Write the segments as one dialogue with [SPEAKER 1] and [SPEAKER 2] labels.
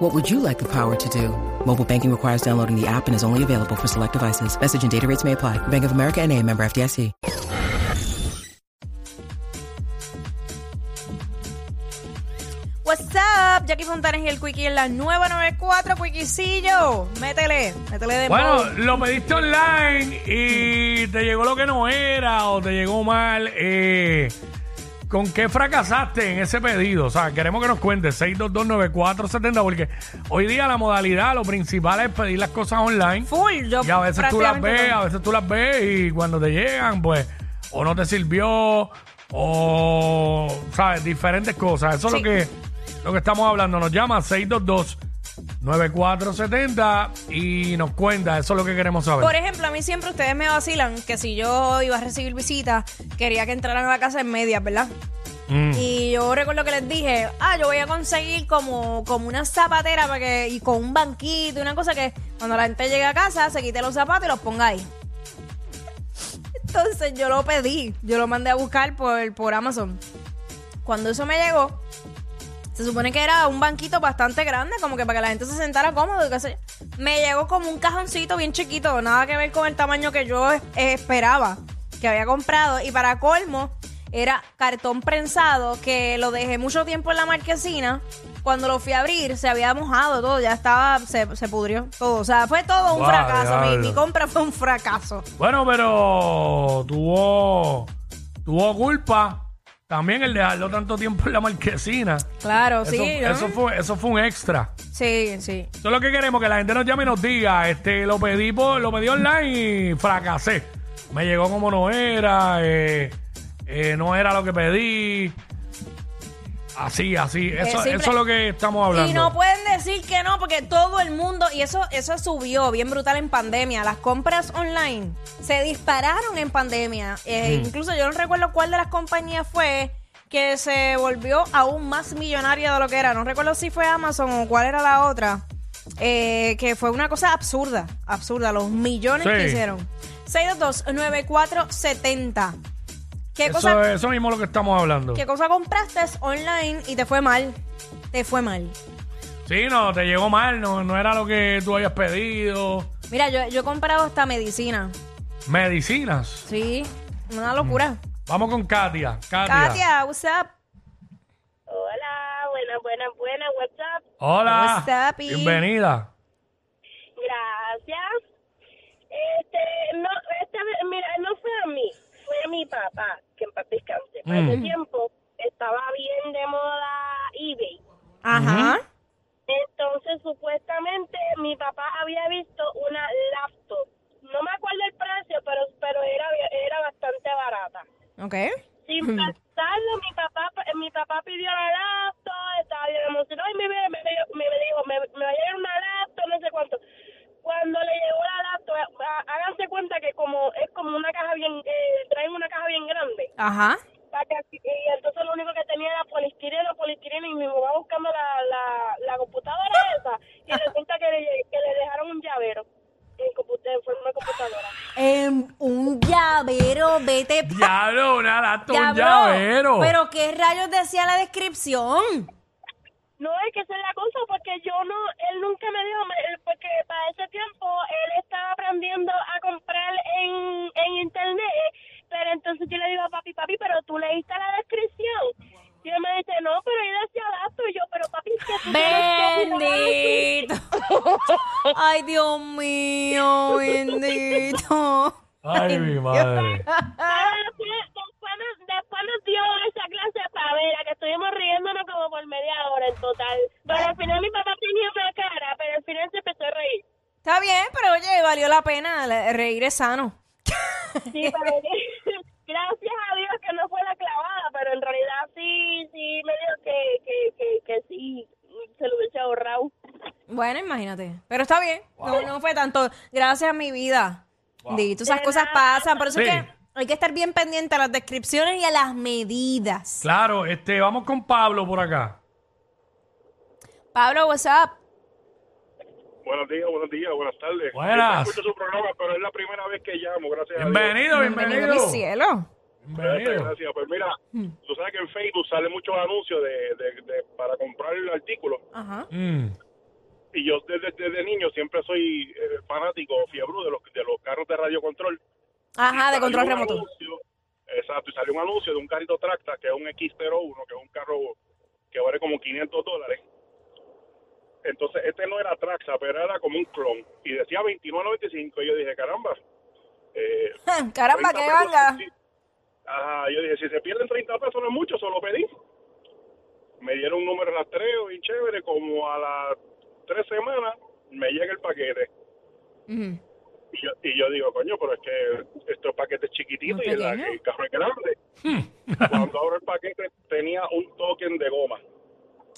[SPEAKER 1] What would you like the power to do? Mobile banking requires downloading the app and is only available for select devices. Message and data rates may apply. Bank of America and a member FDIC.
[SPEAKER 2] What's up, Jackie Fontanes y el Quickie en la nueva 94, Quickiecillo. Métele, métele de
[SPEAKER 3] Bueno,
[SPEAKER 2] modo.
[SPEAKER 3] lo pediste online y te llegó lo que no era o te llegó mal. eh, ¿Con qué fracasaste en ese pedido? O sea, queremos que nos cuentes 6229470 porque hoy día la modalidad, lo principal es pedir las cosas online.
[SPEAKER 2] Full, yo
[SPEAKER 3] Y a veces tú las
[SPEAKER 2] prácticamente
[SPEAKER 3] ves,
[SPEAKER 2] todo.
[SPEAKER 3] a veces tú las ves y cuando te llegan, pues, o no te sirvió, o, ¿sabes? Diferentes cosas. Eso
[SPEAKER 2] Sí.
[SPEAKER 3] es lo que, lo que estamos hablando. Nos llama 622-9470 y nos cuenta. Eso es lo que queremos saber.
[SPEAKER 2] Por ejemplo, a mí siempre ustedes me vacilan que si yo iba a recibir visitas, quería que entraran a la casa en medias, ¿verdad?
[SPEAKER 3] Mm.
[SPEAKER 2] Y yo recuerdo que les dije, ah, yo voy a conseguir como, como una zapatera para que, y con un banquito, y una cosa que cuando la gente llegue a casa se quite los zapatos y los ponga ahí. Entonces yo lo pedí, yo lo mandé a buscar por, por Amazon. Cuando eso me llegó, se supone que era un banquito bastante grande, como que para que la gente se sentara cómodo y qué sé yo. Me llegó como un cajoncito bien chiquito, nada que ver con el tamaño que yo eh, esperaba, que había comprado. Y para colmo, era cartón prensado que lo dejé mucho tiempo en la marquesina. Cuando lo fui a abrir, se había mojado todo, ya estaba, se, se pudrió todo. O sea, fue todo un
[SPEAKER 3] Guau,
[SPEAKER 2] fracaso. Mi-
[SPEAKER 3] diablo.
[SPEAKER 2] mi compra fue un fracaso.
[SPEAKER 3] Bueno, pero tuvo, tuvo culpa también el dejarlo tanto tiempo en la marquesina.
[SPEAKER 2] Claro,
[SPEAKER 3] Eso,
[SPEAKER 2] sí. ¿no?
[SPEAKER 3] eso fue, eso fue un extra.
[SPEAKER 2] Sí, sí.
[SPEAKER 3] Eso es lo que queremos, que la gente nos llame y nos diga, este, lo pedí por, lo pedí online y fracasé. Me llegó como no era, eh, eh, no era lo que pedí. Así, así. Eso,
[SPEAKER 2] simple.
[SPEAKER 3] eso es lo que estamos hablando.
[SPEAKER 2] Eh, Y no pueden decir que no, porque todo el mundo, y eso, eso subió bien brutal en pandemia, las compras online se dispararon en pandemia.
[SPEAKER 3] Mm.
[SPEAKER 2] Eh, Incluso yo no recuerdo cuál de las compañías fue que se volvió aún más millonaria de lo que era. No recuerdo si fue Amazon o cuál era la otra. Eh, que fue una cosa absurda, absurda, los millones que
[SPEAKER 3] Sí.
[SPEAKER 2] hicieron. 622-9470. ¿Qué
[SPEAKER 3] eso,
[SPEAKER 2] cosa
[SPEAKER 3] eso mismo es lo que estamos hablando.
[SPEAKER 2] ¿Qué cosa compraste online y te fue mal? Te fue mal.
[SPEAKER 3] Sí, no, te llegó mal, no, no era lo que tú habías pedido.
[SPEAKER 2] Mira, yo, yo he comprado hasta medicina.
[SPEAKER 3] Medicinas.
[SPEAKER 2] Sí, una
[SPEAKER 3] Mm.
[SPEAKER 2] locura.
[SPEAKER 3] Vamos con Katia. Katia.
[SPEAKER 2] Katia, what's up?
[SPEAKER 4] Hola, buenas, buenas, buenas, WhatsApp.
[SPEAKER 3] Hola.
[SPEAKER 2] What's up, y-
[SPEAKER 3] Bienvenida.
[SPEAKER 4] Gracias. Este, no, esta vez, mira, no fue a mí, fue a mi papá, que en paz descanse. Para
[SPEAKER 3] Mm.
[SPEAKER 4] ese tiempo estaba bien de moda eBay.
[SPEAKER 2] Ajá.
[SPEAKER 4] Entonces, supuestamente, mi papá había visto una laptop. No me acuerdo el precio, pero, pero era, era bastante barata.
[SPEAKER 3] Mm-hmm.
[SPEAKER 2] Ok.
[SPEAKER 4] Sin pensarlo, mi papá, eh, mi papá pidió la laptop, estaba bien emocionado y me, me, me, me dijo, me, me va a llegar una laptop, no sé cuánto. Cuando le llegó la laptop, há- háganse cuenta que como es como una caja bien, eh, traen una caja bien grande.
[SPEAKER 2] Ajá.
[SPEAKER 4] para que así- y entonces lo único que tenía era polistireno, polistireno y mi mamá buscando la, la, la computadora esa y resulta que le, que le dejaron un llavero en, compu- en forma de computadora.
[SPEAKER 2] Em, un llavero, vete. pa-
[SPEAKER 3] Diablo, una lata, un
[SPEAKER 2] Diablo.
[SPEAKER 3] llavero.
[SPEAKER 2] Pero qué rayos decía la descripción.
[SPEAKER 4] No, es que esa es la cosa, porque yo no, él nunca me dijo, me- él- porque para ese tiempo él estaba aprendiendo a comprar en, en internet, pero entonces yo le digo a papi, papi, pero tú leíste la descripción. Y él me dice, no, pero ahí decía dato, y yo, pero papi, es que tú tienes que mirar aquí".
[SPEAKER 2] Bendito. Ay, Dios mío, bendito.
[SPEAKER 3] Ay, mi madre.
[SPEAKER 4] Ah, después, después nos, después nos dio esa clase de pavera, que estuvimos riéndonos como por media hora en total. Pero al final mi papá tenía una cara, pero al final se empezó a reír.
[SPEAKER 2] Está bien, pero oye, valió la pena. la- Reír es sano.
[SPEAKER 4] Sí, pero gracias a Dios que no fue la clavada, pero en realidad sí, sí, me dijo que, que, que, que sí, se lo hubiese ahorrado.
[SPEAKER 2] Bueno, imagínate. Pero está bien. No, no fue tanto. Gracias a mi vida. Di, tú esas cosas pasan. Por eso
[SPEAKER 3] Sí.
[SPEAKER 2] es que Hay que estar bien pendiente a las descripciones y a las medidas.
[SPEAKER 3] Claro, este, vamos con Pablo por acá.
[SPEAKER 2] Pablo, what's up?
[SPEAKER 5] Buenos días, buenos días, buenas tardes.
[SPEAKER 3] Buenas.
[SPEAKER 5] Yo escucho su programa, pero es la primera vez que llamo, gracias a Dios.
[SPEAKER 3] Bienvenido, bienvenido.
[SPEAKER 2] mi cielo.
[SPEAKER 5] Gracias,
[SPEAKER 3] Bienvenido.
[SPEAKER 5] gracias. Pues mira, tú sabes que en Facebook salen muchos anuncios de, de- de- para comprar el artículo.
[SPEAKER 2] Ajá.
[SPEAKER 3] Mm,
[SPEAKER 5] Y yo desde, desde niño siempre soy eh, fanático, fiebre de los, de los carros de radiocontrol.
[SPEAKER 2] Ajá, de
[SPEAKER 5] Salió
[SPEAKER 2] control
[SPEAKER 5] un
[SPEAKER 2] remoto.
[SPEAKER 5] anuncio- exacto, y salió un anuncio de un carrito Tracta, que es un X01, que es un carro que vale como 500 dólares. Entonces, este no era Traxa, pero era como un clon. Y decía 29.95. Y yo dije, caramba. Eh,
[SPEAKER 2] Caramba,
[SPEAKER 5] 30
[SPEAKER 2] qué
[SPEAKER 5] pesos,
[SPEAKER 2] ganga.
[SPEAKER 5] sí. Ajá, yo dije, si se pierden 30 pesos no es mucho, solo pedí. Me dieron un número rastreo y chévere, como a las tres semanas me llega el paquete.
[SPEAKER 2] Ujú.
[SPEAKER 5] Y yo, y yo digo, coño, pero es que estos paquetes chiquititos
[SPEAKER 2] Muy
[SPEAKER 5] y el,
[SPEAKER 2] pequeño.
[SPEAKER 5] el carro es grande.
[SPEAKER 3] Hmm.
[SPEAKER 5] Cuando abro el paquete tenía un token de goma.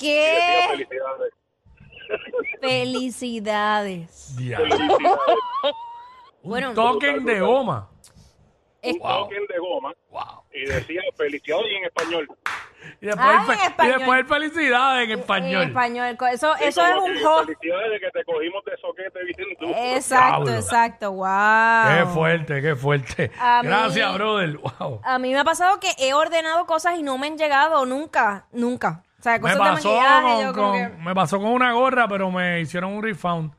[SPEAKER 5] Y decía
[SPEAKER 2] ¿Qué?
[SPEAKER 5] felicidades.
[SPEAKER 2] Felicidades.
[SPEAKER 3] diablo.
[SPEAKER 5] felicidades.
[SPEAKER 2] Bueno.
[SPEAKER 3] Un token de goma.
[SPEAKER 5] un
[SPEAKER 3] Wow.
[SPEAKER 5] token de goma.
[SPEAKER 3] Wow.
[SPEAKER 5] Y decía felicidades y en español.
[SPEAKER 3] Y después,
[SPEAKER 2] Ah, en
[SPEAKER 3] fe- y
[SPEAKER 2] español.
[SPEAKER 3] después el felicidad en
[SPEAKER 2] En
[SPEAKER 3] español.
[SPEAKER 2] español. co- Eso,
[SPEAKER 5] Y
[SPEAKER 2] eso es
[SPEAKER 5] como
[SPEAKER 2] un
[SPEAKER 5] que
[SPEAKER 2] hot.
[SPEAKER 5] Felicidades de que te cogimos de soquete bien duro.
[SPEAKER 2] Exacto,
[SPEAKER 3] Diablo.
[SPEAKER 2] exacto. Wow.
[SPEAKER 3] Qué fuerte, qué fuerte.
[SPEAKER 2] A mí-
[SPEAKER 3] Gracias, brother. Wow.
[SPEAKER 2] A mí me ha pasado que he ordenado cosas y no me han llegado nunca, nunca. O sea,
[SPEAKER 3] Me
[SPEAKER 2] cosas de
[SPEAKER 3] pasó,
[SPEAKER 2] maquillaje.
[SPEAKER 3] con,
[SPEAKER 2] yo como
[SPEAKER 3] con-
[SPEAKER 2] que-
[SPEAKER 3] me pasó con una gorra, pero me hicieron un refund.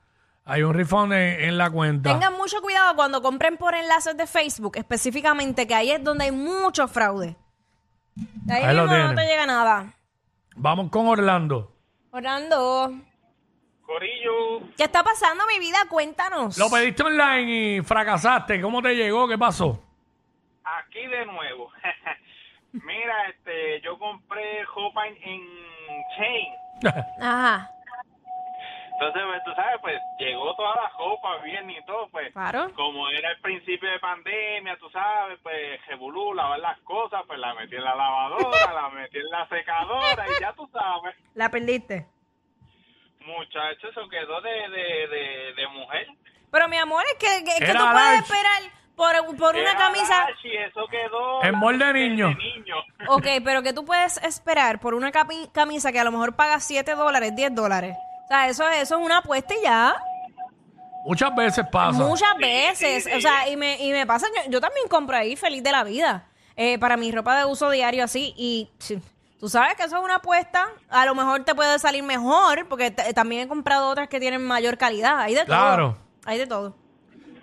[SPEAKER 3] Hay un refund en, en la cuenta.
[SPEAKER 2] Tengan mucho cuidado cuando compren por enlaces de Facebook, específicamente, que ahí es donde hay mucho fraude. Ahí,
[SPEAKER 3] Ahí lo
[SPEAKER 2] mismo no
[SPEAKER 3] tienen.
[SPEAKER 2] te llega nada.
[SPEAKER 3] Vamos con Orlando.
[SPEAKER 2] Orlando,
[SPEAKER 5] Corillo,
[SPEAKER 2] ¿qué está pasando, mi vida? Cuéntanos.
[SPEAKER 3] Lo pediste online y fracasaste. ¿Cómo te llegó? ¿Qué pasó?
[SPEAKER 5] aquí de nuevo. Mira, este, yo compré Hopa en, Chain.
[SPEAKER 2] Ajá,
[SPEAKER 5] Entonces, pues, tú sabes, pues llegó toda la ropa bien y todo, pues.
[SPEAKER 2] claro.
[SPEAKER 5] Como era el principio de pandemia, tú sabes, pues revolú, lavar las cosas, pues la metí en la lavadora, la metí en la secadora y ya tú sabes.
[SPEAKER 2] La perdiste.
[SPEAKER 5] Muchacho, eso quedó de, de, de, de mujer.
[SPEAKER 2] Pero mi amor, es que, que- que
[SPEAKER 3] Era
[SPEAKER 2] tú puedes
[SPEAKER 3] Arach.
[SPEAKER 2] esperar por, por una
[SPEAKER 5] Era
[SPEAKER 2] camisa.
[SPEAKER 5] Dashi, eso quedó.
[SPEAKER 3] En molde de niño.
[SPEAKER 5] de niño.
[SPEAKER 2] Ok, pero que tú puedes esperar por una capi- camisa que a lo mejor paga 7 dólares, 10 dólares. O sea, eso, eso es una apuesta y ya.
[SPEAKER 3] Muchas veces pasa.
[SPEAKER 2] Muchas
[SPEAKER 5] Sí,
[SPEAKER 2] veces.
[SPEAKER 5] sí, sí.
[SPEAKER 2] O sea, y me, y me pasa, yo, yo también compro ahí feliz de la vida. eh, para mi ropa de uso diario así. Y sí, tú sabes que eso es una apuesta. A lo mejor te puede salir mejor, porque t- también he comprado otras que tienen mayor calidad. Hay de
[SPEAKER 3] Claro.
[SPEAKER 2] todo. Hay de todo.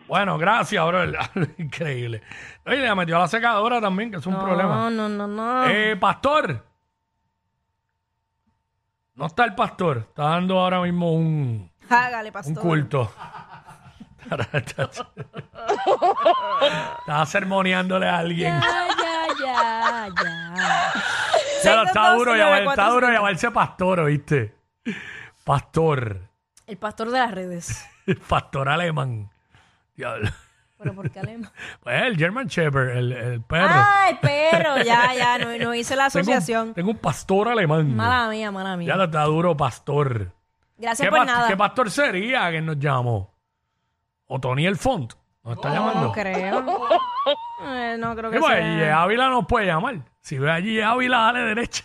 [SPEAKER 3] Bueno, gracias, bro. Increíble. Oye, le metió a la secadora también, que es un
[SPEAKER 2] no,
[SPEAKER 3] problema.
[SPEAKER 2] no, no, no.
[SPEAKER 3] Eh, pastor. No está el pastor. Está dando ahora mismo un,
[SPEAKER 2] Hágale,
[SPEAKER 3] un
[SPEAKER 2] pastor.
[SPEAKER 3] culto. Estaba sermoneándole a alguien.
[SPEAKER 2] Ya, ya, ya, ya.
[SPEAKER 3] Claro,
[SPEAKER 2] 622-9470.
[SPEAKER 3] está duro llamar- está duro llamarse pastor, ¿oíste? Pastor.
[SPEAKER 2] El pastor de las redes.
[SPEAKER 3] Pastor alemán. Diablo.
[SPEAKER 2] Pero ¿por qué alemán?
[SPEAKER 3] Pues el German Shepherd, el, el perro.
[SPEAKER 2] Ah, el perro. Ya, ya. No, no hice la
[SPEAKER 3] Tengo un-
[SPEAKER 2] asociación.
[SPEAKER 3] Tengo un pastor alemán.
[SPEAKER 2] Mala mía, mala
[SPEAKER 3] Ya
[SPEAKER 2] mía.
[SPEAKER 3] lo está duro, pastor.
[SPEAKER 2] Gracias
[SPEAKER 3] ¿Qué,
[SPEAKER 2] por
[SPEAKER 3] pas-
[SPEAKER 2] nada.
[SPEAKER 3] qué pastor sería que nos llamó? Otoniel Font. Nos
[SPEAKER 2] Oh,
[SPEAKER 3] está llamando.
[SPEAKER 2] No creo. Eh, no creo
[SPEAKER 3] Sí,
[SPEAKER 2] que
[SPEAKER 3] pues,
[SPEAKER 2] sea.
[SPEAKER 3] G. Ávila nos puede llamar. Si ve allí Ávila, dale derecha.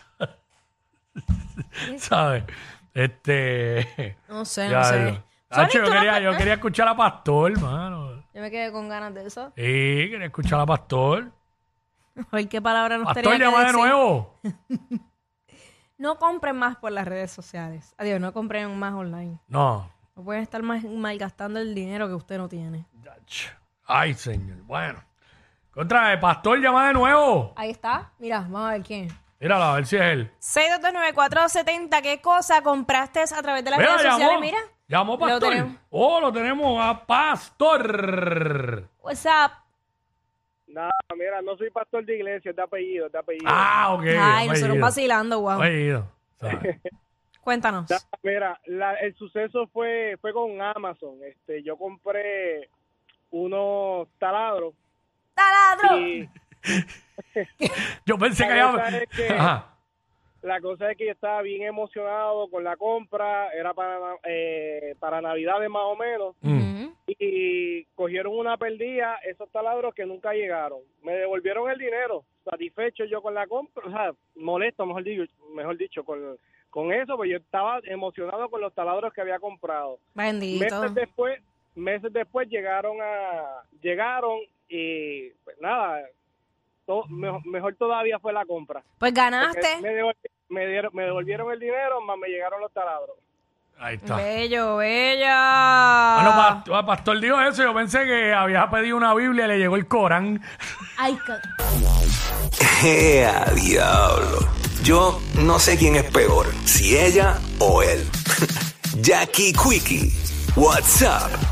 [SPEAKER 3] ¿Sabes? Este.
[SPEAKER 2] No sé, no
[SPEAKER 3] ya,
[SPEAKER 2] sé.
[SPEAKER 3] lo-
[SPEAKER 2] Sonic,
[SPEAKER 3] Nacho, yo,
[SPEAKER 2] tú no
[SPEAKER 3] quería,
[SPEAKER 2] pe-
[SPEAKER 3] yo quería escuchar a Pastor, mano.
[SPEAKER 2] Yo me quedé con ganas de eso.
[SPEAKER 3] Sí, quería escuchar a Pastor.
[SPEAKER 2] Hoy qué palabra nos
[SPEAKER 3] Pastor,
[SPEAKER 2] tenía que
[SPEAKER 3] llama de
[SPEAKER 2] decir?
[SPEAKER 3] nuevo.
[SPEAKER 2] No compren más por las redes sociales. Adiós, no compren más online.
[SPEAKER 3] No.
[SPEAKER 2] No pueden estar más malgastando el dinero que usted no tiene.
[SPEAKER 3] Ach. Ay, señor. Bueno. Contra de Pastor, llama de nuevo.
[SPEAKER 2] Ahí está. Mira, vamos a ver quién.
[SPEAKER 3] Mírala, a ver si es él.
[SPEAKER 2] 6229470, ¿qué cosa compraste a través de las
[SPEAKER 3] Mira,
[SPEAKER 2] redes
[SPEAKER 3] llamó.
[SPEAKER 2] sociales? Mira.
[SPEAKER 3] Llamó
[SPEAKER 2] Lo
[SPEAKER 3] Pastor.
[SPEAKER 2] tenemos.
[SPEAKER 3] oh, lo tenemos a Pastor.
[SPEAKER 2] WhatsApp.
[SPEAKER 6] No, mira, no soy pastor de iglesia, es de apellido, es de apellido.
[SPEAKER 3] Ah, ok.
[SPEAKER 2] Ay,
[SPEAKER 3] apellido.
[SPEAKER 2] nosotros vacilando, guau.
[SPEAKER 3] Apellido, ¿sabes?
[SPEAKER 2] Cuéntanos.
[SPEAKER 6] Da- Mira, la- el suceso fue fue con Amazon. Este, yo compré unos taladros
[SPEAKER 2] ¡Taladro!
[SPEAKER 6] y
[SPEAKER 3] Yo pensé que
[SPEAKER 6] La cosa
[SPEAKER 3] ya...
[SPEAKER 6] es que-
[SPEAKER 3] Ajá.
[SPEAKER 6] La cosa es que yo estaba bien emocionado con la compra, era para, na- eh, para Navidades más o menos,
[SPEAKER 2] Ujú.
[SPEAKER 6] y cogieron una perdida esos taladros que nunca llegaron. Me devolvieron el dinero, satisfecho yo con la compra, o sea, molesto, mejor dicho, mejor dicho con, con eso, porque yo estaba emocionado con los taladros que había comprado
[SPEAKER 2] Bendito.
[SPEAKER 6] meses después meses después llegaron a llegaron y pues nada to- mejo- mejor, todavía fue la compra
[SPEAKER 2] Pues
[SPEAKER 6] Porque
[SPEAKER 2] ganaste.
[SPEAKER 6] me, devol- me dieron, me devolvieron el dinero más me llegaron los taladros
[SPEAKER 3] Ahí está. Ah,
[SPEAKER 2] Bello,
[SPEAKER 3] Bueno,
[SPEAKER 2] bella.
[SPEAKER 3] Pastor, Pastor dijo eso. Yo pensé que había pedido una Biblia y le llegó el Corán.
[SPEAKER 7] Ay, ca-
[SPEAKER 8] ¡Ea, diablo! Yo no sé quién es peor, si ella o él. Jackie Quickie, what's up?